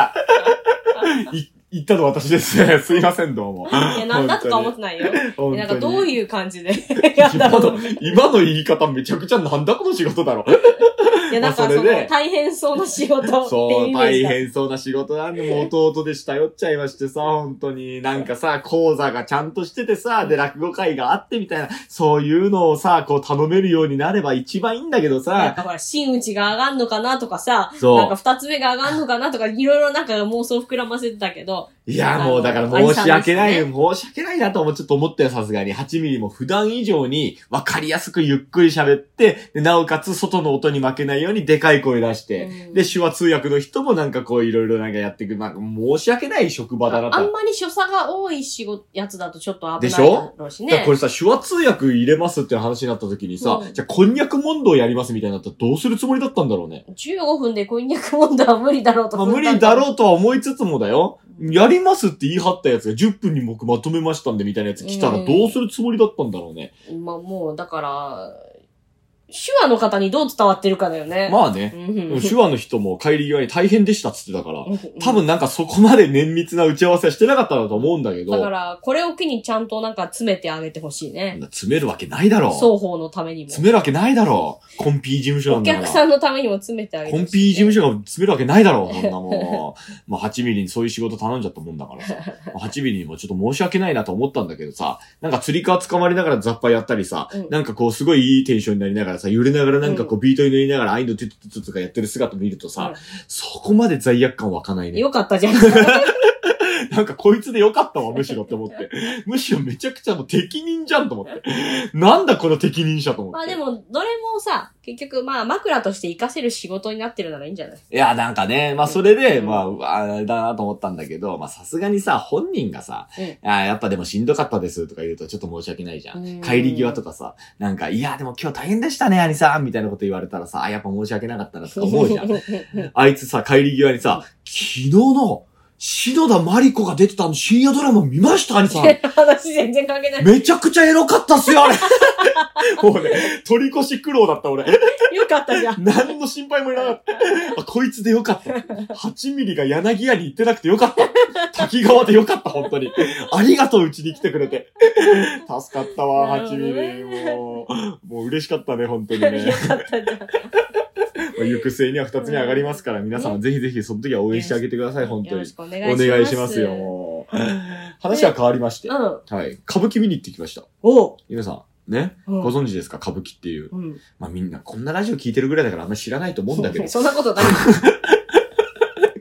B: い、言ったの私です。すいません、どうも。
A: いや、なんだとか思ってないよ。
B: 本当に
A: なんかどういう感じでやった
B: 今
A: の
B: の、今の言い方めちゃくちゃなんだこの仕事だろ。
A: いや、なんかその
B: それで
A: 大変そうな仕事っていう
B: そう、
A: イメージ
B: 大
A: だ
B: 変そうな仕事なんで、もう弟でしたよっちゃいましてさ、本当に。なんかさ、講座がちゃんとしててさ、で、落語会があってみたいな、そういうのをさ、こう頼めるようになれば一番いいんだけど
A: なん
B: さ、
A: かほら、真打ちが上がんのかなとかさ、
B: そう
A: なんか二つ目が上がんのかなとか、いろいろなんか妄想膨らませてたけど、を。
B: いや、もうだから申し訳ない、申し訳ないなともちょっと思ったよ、さすがに。8ミリも普段以上に分かりやすくゆっくり喋って、でなおかつ外の音に負けないようにでかい声出して、
A: うん
B: で、手話通訳の人もなんかこういろいろなんかやっていく、なんか申し訳ない職場だな
A: あん
B: と。
A: まり所作が多い仕事、やつだとちょっと危
B: で
A: な
B: し
A: い
B: ょ
A: だろうし
B: だから
A: ね
B: こ。れさ、手話通訳入れますって話になった時にさ、
A: うん
B: じゃあこんにゃく問答やりますみたいになったらどうするつもりだったんだろうね。
A: 15分でこんにゃく問題は無理だろうと
B: まあ
A: 思った
B: 無
A: ん
B: 理だろうとは思いつつもだよ。やりますって言い張ったやつが10分に僕まとめましたんでみたいなやつ来たらどうするつもりだったんだろうね。
A: まあもう、だから、手話の方にどう伝わってるかだよね。
B: まあね
A: う、ん
B: 手話の人も帰り際に大変でしたっつってたから、
A: うん
B: 多分なんかそこまで綿密な打ち合わせはしてなかったんだと思うんだけど、
A: だから、これを機にちゃんとなんか詰めてあげてほしいね。
B: 詰めるわけないだろう。
A: 双方のためにも。
B: 詰めるわけないだろう。コンピー事務所な
A: お
B: んだから。
A: 客さんのためにも詰めてあげて
B: コ
A: ほ
B: ン
A: しい
B: ピー事
A: ね、
B: 務所が詰めるわけないだろう、そんなもん。まあ、8ミリにそういう仕事頼んじゃったもんだからさ。8ミリにもちょっと申し訳ないなと思ったんだけどさ、なんか釣り革捕まりながら雑把やったりさ、
A: うん
B: なんかこうすごいいいテンションになりながらさ、揺れながらなんかこうビートに乗りながらアイドゥトゥトゥトゥとかやってる姿見るとさ、
A: うん
B: そこまで罪悪感湧かないね。
A: よかったじ ゃん。
B: なんかこいつでよかったわ、むしろって思って。むしろめちゃくちゃもう適任じゃんと思って。なんだこの適任者と思って。
A: まあでも、どれもさ、結局まあ枕として活かせる仕事になってるならいいんじゃない
B: いや、なんかね、まあ、それで、
A: うん
B: まあうわ、あれだなと思ったんだけど、まあ、さすがにさ、本人がさ、
A: うん
B: あーやっぱでもしんどかったですとか言うとちょっと申し訳ないじゃん。
A: うん
B: 帰り際とかさ、なんか、いや、でも今日大変でしたね、兄さんみたいなこと言われたらさ、あ、やっぱ申し訳なかったなとか思うじ ゃん。あいつさ、帰り際にさ、昨日の、篠田麻里子が出てたあの深夜ドラマ見ました兄さん
A: 話全然関係ない。
B: めちゃくちゃエロかったっすよ、あれもうね、取り越し苦労だった俺。
A: よかったじゃん。
B: 何の心配もいらなかった。あ、 こいつでよかった。8ミリが柳屋に行ってなくてよかった。滝川でよかった、本当に。ありがとう、うちに来てくれて。助かったわ、
A: なるほ
B: 8
A: ど
B: ミ
A: ね
B: リ。もう、もう嬉しかったね、本当に
A: よ
B: ね。
A: かったじゃん。
B: まあ行く末には2つに上がりますから、皆さんぜひぜひその時は応援してあげてください、本
A: よ
B: 当
A: ろ
B: に
A: し。くお願いし
B: お
A: ます。
B: 願いしますよ、もう。話は変わりまして。
A: う。ん。
B: はい。歌舞伎見に行ってきました。
A: おう。
B: 皆さん、ね、
A: うん
B: ご存知ですか歌舞伎っていう。
A: うん。、
B: まあみんな、こんなラジオ聞いてるぐらいだからあんまり知らないと思うんだけど
A: そんなことない。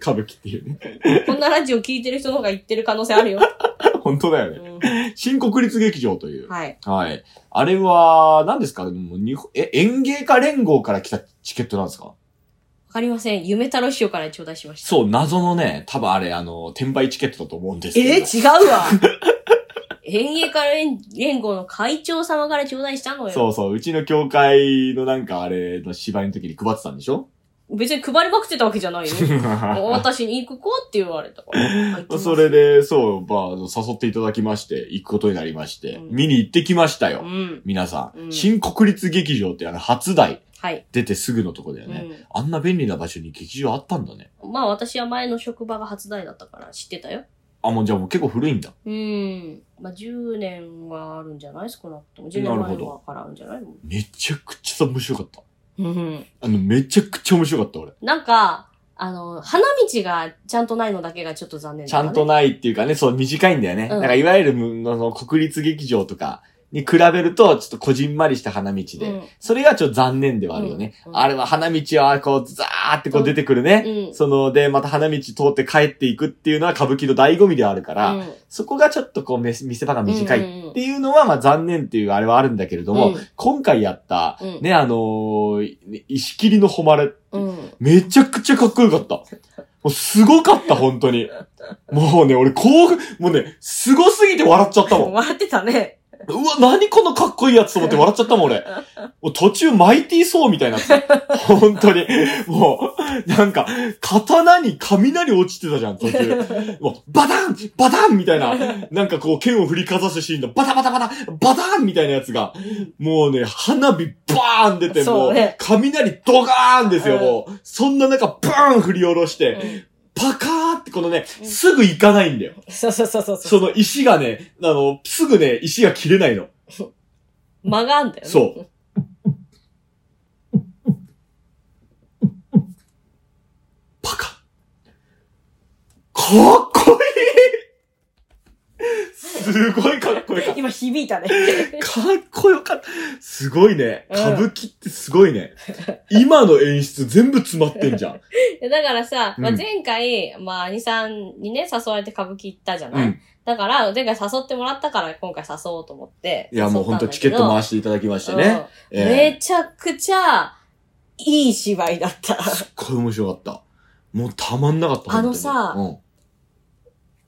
B: 歌舞伎っていうね。
A: こんなラジオ聞いてる人の方が言ってる可能性あるよ。
B: 本当だよ
A: う
B: ね。
A: ん
B: 新国立劇場という。
A: はい。
B: はい。あれは、何ですかもう日本え、演芸家連合から来たチケットなんですか
A: わかりません。夢太郎師匠から頂戴しました。
B: そう、謎のね、多分あれ、あの、転売チケットだと思うんですけど。
A: えー、違うわ。 演芸家連連合の会長様から頂戴したのよ。
B: そうそう、うちの教会のなんかあれの芝居の時に配ってたんでしょ
A: 別に配りまくってたわけじゃないよ。私に行く子って言われたから。あ
B: それ。で、そう、まあ、誘っていただきまして、行くことになりまして、
A: うん
B: 見に行ってきました
A: 行
B: よ。
A: きますうん。
B: 皆さん、
A: うん
B: 新国立劇場ってあの、初代
A: はい。
B: 出てすぐのとこだよね。あんな便利な場所に劇場あったんだね。
A: うんまあ私は前の職場が初代だったから知ってたよ。
B: あ、もうじゃあもう結構古いんだ。
A: うん。まあ10年はあるんじゃない少なくとも。10年
B: なる
A: 前
B: ほど
A: はからあるんじゃない
B: めちゃくちゃさ面白かった。
A: うん。
B: あの、めちゃくちゃ面白かった、俺。
A: なんか、あの、花道がちゃんとないのだけがちょっと残念
B: ち
A: だっ
B: ゃ
A: たね
B: んとないっていうかね、そう、短いんだよね。
A: うん
B: なんか、いわゆる、むあの、国立劇場とかに比べると、ちょっとこじんまりした花道で、
A: うん
B: それがちょっと残念ではあるよね。
A: うんうん
B: あれは花道は、こう、ザーってこう出てくるね。
A: うん
B: その、で、また花道通って帰っていくっていうのは歌舞伎の醍醐味ではあるから、
A: うん
B: そこがちょっとこう、め見せ場が短い
A: うんうんうん
B: っていうのは、まあ残念っていうあれはあるんだけれど
A: う
B: も、
A: ん
B: 今回やった、
A: うん
B: ね、あのー石切りの誉れ、
A: うん。
B: めちゃくちゃかっこよかった。もうすごかった、本当に。もうね、俺興奮、もうね、すごすぎて笑っちゃったもん。うわ、
A: 笑ってたね。
B: 何このかっこいいやつと思って笑っちゃったもん、俺。もう途中、マイティーソーみたいになってた。本当に。もう、なんか、刀に雷落ちてたじゃん、途中。もう、バタンバタンみたいな、なんかこう、剣を振りかざすシーンの、バタバタバタバタンみたいなやつが、もうね、花火バーン出て、も
A: そう
B: う
A: ね、
B: 雷ドガーンですよ、
A: うん
B: もう。そんな中、バーン振り下ろして、パカーってこのね、
A: うん
B: すぐ行かないんだよ。
A: そうそうそうそうそう。
B: その石がね、あの、すぐね、石が切れないの。
A: 間があんだよね。
B: そう。パカ。かっこいいすすごいかっこよかっ
A: 今響いたね。
B: た。かっこよかった。すごいね。
A: うん
B: 歌舞伎ってすごいね。今の演出全部詰まってん じゃん。
A: だからさ、まあ、
B: うん
A: 前回、まあ、兄さんにね、誘われて歌舞伎行ったじゃない、
B: うん
A: だから、前回誘ってもらったから、今回誘おうと思って。
B: いや、もうほんとチケット回していただきましてね。
A: うん
B: ええ
A: めちゃくちゃ、いい芝居だった。
B: すっごい面白かった。もうたまんなかった。
A: あのさ
B: 本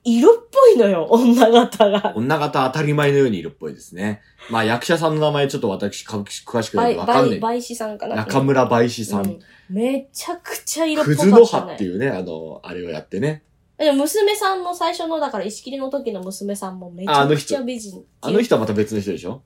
A: 色っぽいのよ、女方が
B: 当にうん。女方当たり前のようにいるっぽいですね。まあ役者さんの名前ちょっと私歌舞伎詳しく
A: ば
B: ない
A: い
B: わかん
A: ば
B: ないい。
A: ばい師さんかな。
B: 中村梅志さ
A: うんん。。めちゃくちゃ色っぽ
B: く
A: か
B: ずの
A: った、
B: 葉
A: ね。
B: っていうね、あの、あれをやってね。
A: でも娘さんの最初の、だから、石切りの時の娘さんもめちゃくちゃ美人。
B: あの人はまた別の人でしょ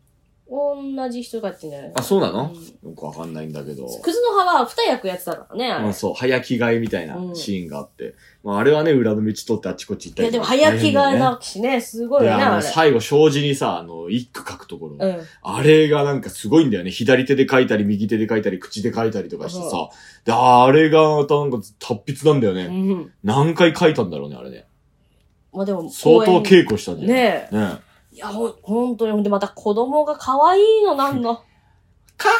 A: 同じ人がやってんじゃない
B: あ、そうなの
A: うん
B: よくわかんないんだけど。
A: クズの葉は二役やってたからね、あれ
B: まあそう、早着替えみたいな
A: うん
B: シーンがあって。まああれはね、裏の道通ってあっちこっち行った
A: い
B: り
A: や、でも早着替えなしね、すごい
B: い
A: ね、
B: や、あ
A: あ
B: の
A: れ。
B: 最後、障子にさ、あの、一句書くところ。
A: うん。
B: あれがなんかすごいんだよね。左手で書いたり、右手で書いたり、口で書いたりとかしてさ。で、あれがまたなんか達筆なんだよ
A: う
B: ね。
A: ん。
B: 何回書いたんだろうね、あれね。
A: まあでも、
B: 相当
A: 応援
B: 稽古したんだよね。
A: ねえ。
B: ね
A: いや、ほん、ほんとに。ほんで、また子供が可愛いのなん の。
B: カカ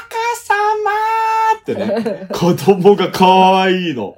B: 様ーって ね。子供が可愛いの。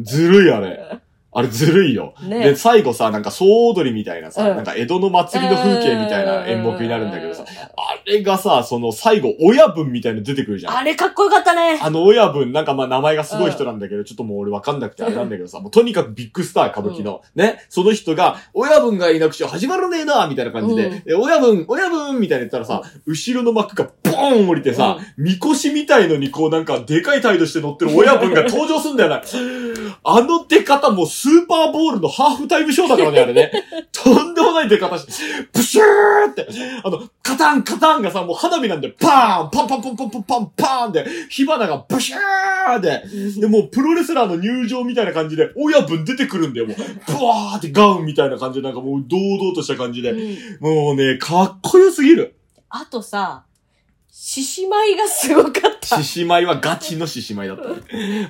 B: ずるい、あれ。あれずるいよ。
A: ね
B: で、最後さ、なんか総踊りみたいなさ、
A: うん
B: なんか江戸の祭りの風景みたいな演目になるんだけどさ、あれがさ、その最後親分みたいなの出てくるじゃん。
A: あれかっこよかったね。
B: あの親分、なんかまあ名前がすごい人なんだけど、ちょっともう俺わかんなくてあれなんだけどさ、もうとにかくビッグスター歌舞伎の、ね、その人が、親分がいなくちゃ始まらねえなみたいな感じで、
A: うん
B: で親分、親分みたいな言ったらさ、後ろの幕がボーン降りてさ、みこしみたいのにこうなんかでかい態度して乗ってる親分が登場すんだよな。あの出方もうスーパーボールのハーフタイムショーだからね、あれね。とんでもない出方して、プシューって、あの、カタンカタンがさ、もう花火なんで、パーンパンパンパンパンパンパンパーンで、火花がブシューで、で、もうプロレスラーの入場みたいな感じで、親分出てくるんだよ、もう。ブワーってガウンみたいな感じで、なんかもう堂々とした感じで。もうね、かっこよすぎる。
A: あとさ、獅子舞がすごかった
B: 獅。子舞はガチの獅子舞だった。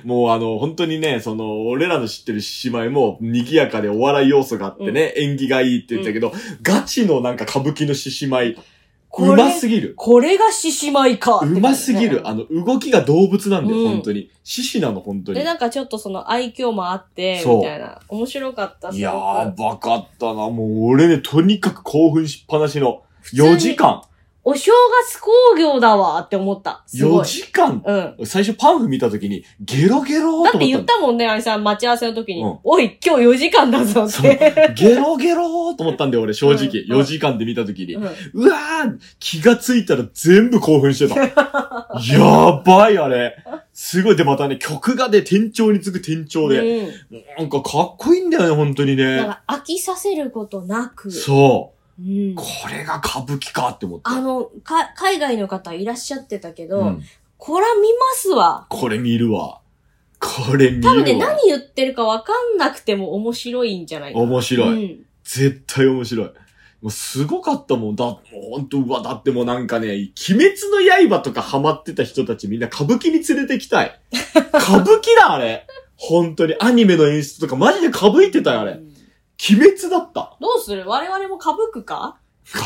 B: もうあの、本当にね、その、俺らの知ってる獅子舞も賑やかでお笑い要素があってね、演技がいいって言ったけど、ガチのなんか歌舞伎の獅子舞、う
A: これ
B: ますぎる。
A: これが獅子舞か。
B: うますぎる。あの、動きが動物なんだよ、
A: うん
B: 本当に。獅子なの、本当に
A: で、。なんかちょっとその愛嬌もあって、
B: そう
A: みたいな。面白かった。
B: いや
A: すご
B: ー、
A: く
B: バカったな。もう俺ね、とにかく興奮しっぱなしの
A: 通に
B: 4時間。
A: お正月工業だわって思った。すご
B: 4
A: い。
B: 時間
A: うん。
B: 最初パンフ見たときに、ゲロゲロー
A: だ
B: と
A: って言っ
B: 思った
A: たもんね、あいさん、待ち合わせの時に。
B: うん
A: おい、今日4時間だぞって。
B: の。ゲロゲローと思ったんだよ、俺、正直。
A: うん
B: 4時間で見たときに
A: う。ん
B: うわー気がついたら全部興奮して た。やばい、あれ。すごい。で、またね、曲がね、店長に次ぐ店長で。
A: うん
B: なんかかっこいいんだよね、本当に
A: なん
B: ね。
A: か飽きさせることなく、
B: そうう。
A: ん
B: これが歌舞伎かって思った。
A: あのか、海外の方いらっしゃってたけど、
B: うん
A: こら見ますわ。
B: これ見るわ。これ見るわ。
A: 多分ね、何言ってるかわかんなくても面白いんじゃないかな。
B: 面白い。
A: い。
B: 絶対面白い。もうすごかったもん。だ、もうほんと、うわ、だってもうなんかね、鬼滅の刃とかハマってた人たちみんな歌舞伎に連れてき たい。歌舞伎だ、あれ。本当に。アニメの演出とかマジで歌舞いてたよ、あれ。
A: う
B: 鬼
A: ん
B: 滅だった。
A: どうする我々もかぶくか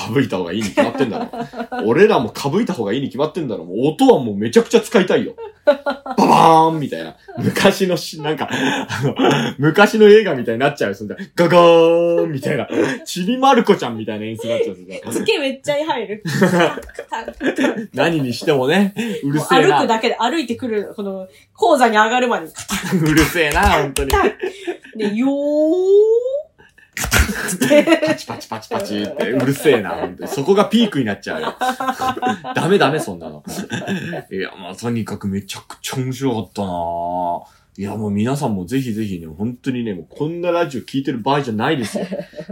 B: 歌舞いた方がいいに決まってんだろ。 俺らも歌舞いた方がいいに決まってんだろ。もう音はもうめちゃくちゃ使いたいよ。ババーンみたいな。昔のし、なんか、あの、昔の映画みたいになっちゃうよ。そんでガガーンみたいな。ちびまる子ちゃんみたいな演出になっちゃうそんで。
A: つけめっちゃ入 る。タンクタンクタンク
B: 何にしてもね、うる
A: もう
B: せえ
A: 歩く
B: な。
A: だけで歩いてくる、この、講座に上がるまで。
B: うるせえな、本当に。
A: で、よーって。
B: パチパチパチパチって、うるせえな、本当に。そこがピークになっちゃうよ。 ダメダメ、そんなの。いや、まあ、とにかくめちゃくちゃ面白かったないや、もう皆さんもぜひぜひね、本当にね、もうこんなラジオ聞いてる場合じゃないですよ。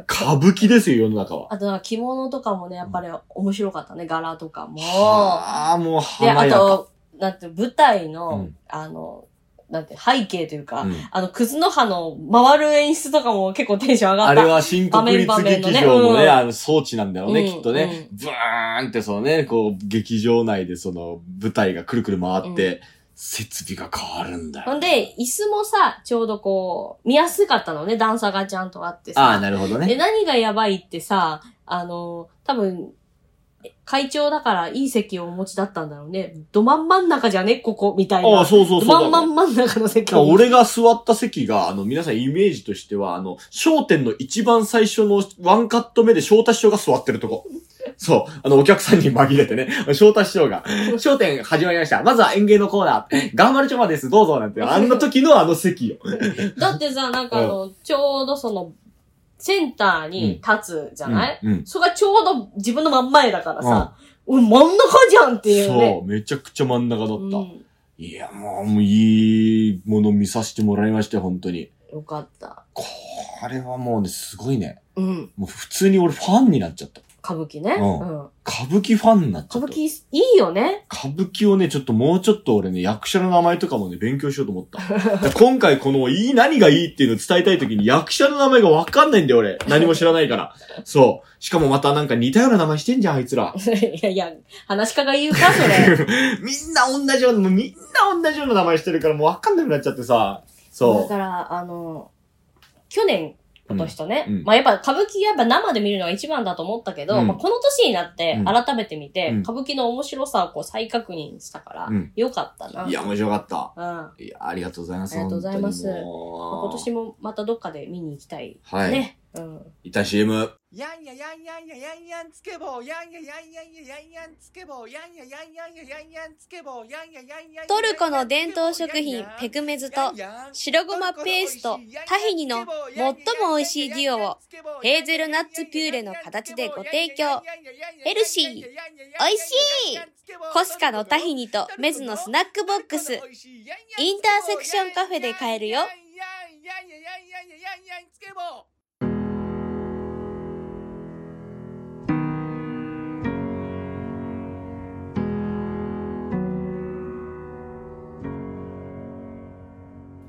B: 歌舞伎ですよ、世の中は。
A: あとなんか着物とかもね、やっぱり面白かったね、柄とかも。
B: ああ、もう
A: で、
B: 華
A: あ
B: やか。
A: と、なんて、舞台の、
B: うん
A: あの、なんて、背景というか、
B: うん
A: あの、くずの葉の回る演出とかも結構テンション上がった。
B: あれは新国立
A: 場面
B: 劇
A: 場面
B: 場
A: のね
B: の
A: う
B: ね、
A: ん
B: あの装置なんだろうね、
A: うん
B: きっとね。ブーンってそのね、こう、劇場内でその舞台がくるくる回って、設備が変わるんだ
A: ほ
B: よ。
A: んで、椅子もさ、ちょうどこう、見やすかったのね、段差がちゃんとあって
B: ああ、
A: さ。
B: なるほど
A: で、
B: ね。
A: 何がやばいってさ、あの、多分、会長だからいい席をお持ちだったんだろうね。ど真ん真ん中じゃねここ、みたいな。
B: ああ、そうそうそう。
A: ど真ん真ん真ん中の席
B: だから俺が座った席が、あの、皆さんイメージとしては、あの、商店の一番最初のワンカット目で翔太師匠が座ってるとこ。そう。あの、お客さんに紛れてね。翔太師匠が。商店始まりました。まずは演芸のコーナー。頑張るちょまです。どうぞ。な んて。あんな時のあの席よ。
A: だってさ、なんかあの、ちょうどその、センターに立つじゃない、
B: うんうん。
A: それがちょうど自分の真ん前だからさ、うん、真ん中じゃんっていうね。
B: そう。めちゃくちゃ真ん中だった。
A: うん
B: いや、もう、もういいもの見させてもらいまして、本当に。
A: よかった。
B: これはもうね、すごいね。
A: うん。
B: もう普通に俺ファンになっちゃった。
A: 歌舞伎ね。
B: うん
A: うん。
B: 歌舞伎ファンになっちゃ
A: 歌
B: った。
A: 舞伎いいよね。
B: 歌舞伎をね、ちょっともうちょっと俺ね、役者の名前とかもね、勉強しようと思 った。で今回この、いい、何がいいっていうのを伝えたいときに、役者の名前がわかんないんだ よ、俺。何も知らないから。そう。しかもまたなんか似たような名前してんじゃん、あいつら。
A: いやいや、話し家が言うか、それ。
B: みんな同じような、もうみんな同じような名前してるから、もうわかんなくなっちゃってさ。
A: だ
B: そ
A: から、あの、去年、今年とね、
B: うんうん
A: まあやっぱ歌舞伎やっぱ生で見るのが一番だと思ったけど、
B: うん
A: まあこの年になって
B: うん
A: 改めて見て、
B: うん
A: 歌舞伎の面白さをこう再確認したから、
B: うん
A: よかったな。
B: う。いや、面白かった。
A: うん。
B: いや、ありがとうございます。
A: ありがとうございます
B: 本当にもう
A: 今年もまたどっかで見に行きたい。
B: はい。
A: ね。うん。
B: いた CM。
F: やんややんやんややんやんつけ棒やんややんやんややんやんつけ棒やんややんやんややんやんつけ棒やんややんやんややんやんつけ棒
G: トルコの伝統食品ペクメズと白ごまペーストタヒニの最も美味しいデュオをヘーゼルナッツピューレの形でご提供ヘルシー美味しいコスカのタヒニとメズのスナックボックスインターセクションカフェで買えるよ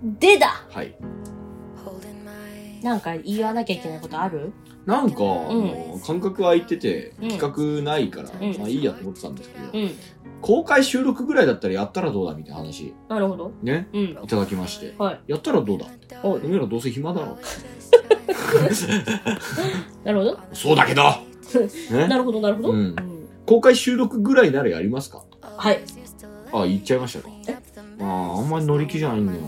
A: でだ
B: はい。
A: なんか言わなきゃいけないことある
B: なんか、
A: ん
B: あの感覚空いてて
A: うん、
B: 企画ないから、
A: ん
B: まあいいやと思ってたんですけど、
A: うん。
B: 公開収録ぐらいだったらやったらどうだみたいな話、
A: なるほど。
B: ね、
A: うん。
B: いただきまして。
A: はい。
B: やったらどうだって。
A: お
B: おめえらどうせ暇だろ。
A: なるほど。
B: そうだけど
A: な
B: ね
A: るほど、なるほど。
B: うん
A: ん
B: 公開収録ぐらいならやりますか
A: はい。
B: あ、言っちゃいましたか。ああ、あんまり乗り気じゃないんだよ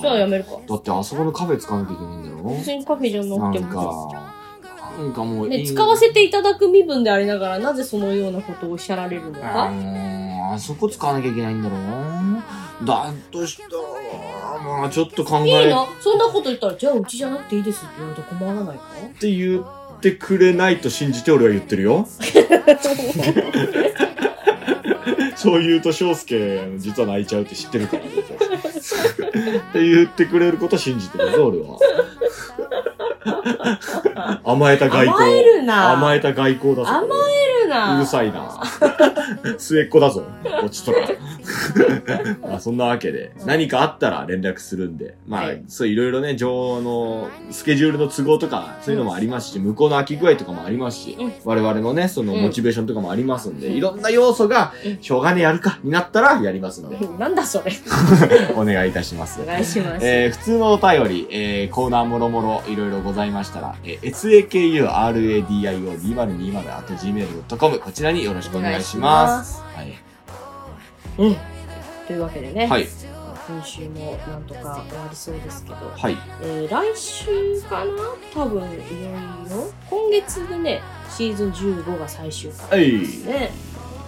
A: じゃあや
B: な。
A: めるか。
B: だってあそこのカフェ使わなきゃいけないんだ
A: 別
B: よ。
A: にカフェじゃな
B: な
A: くて
B: ん
A: も。
B: か、なんかもういい
A: ね、使わせていただく身分でありながら、なぜそのようなことをおっしゃられるの
B: あ
A: か
B: ーあそこ使わなきゃいけないんだろうな。だとしたら、まあちょっと考
A: い
B: え
A: い
B: っ
A: のそんなこと言ったら、じゃあうちじゃなくていいですって言われたら困らないか
B: て言 ってくれないと信じて俺は言ってる よ。 そう言うと翔介、実は泣いちゃうって知ってるから、ね。って言ってくれることは信じてるぞ、俺は。甘えた外
A: 甘
B: 交。
A: えるな
B: 甘えた外交だぞ。
A: 甘えるな
B: うるさいな。末っ子だぞ。落ちとら。 まあそんなわけで、何かあったら連絡するんで、まあ、
A: はい
B: そういろいろね、女王のスケジュールの都合とか、そういうのもありますし、向こうの空き具合とかもありますし、
A: うん
B: 我々のね、その
A: うん
B: モチベーションとかもありますんで、いろんな要素が、しょうがねえやるか、になったらやりますんで、
A: なんだそれ。
B: お願いいたします
A: お。願いします。
B: えー普通のお便り、えーコーナーもろもろいろいろございましたら、えー sakuраdio2020.gmail.com こちらによろしくお願いします。はい。
A: うん。というわけでね、
B: はい。
A: 今週もなんとか終わりそうですけど、
B: はい。
A: えー来週かな多分いよいよ。今月でね、シーズン15が最終回
B: はい。
A: ね、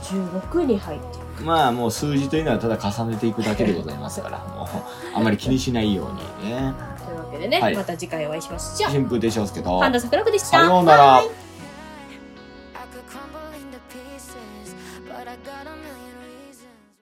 A: 16に入ってる。
B: まあもう数字というのはただ重ねていくだけでございますから、もうあまり気にしないようにね。
A: というわけでね、
B: はい
A: また次回お会いしましょう。
B: 春風亭昇介と、
A: パンダ桜子でした。
B: さようなら。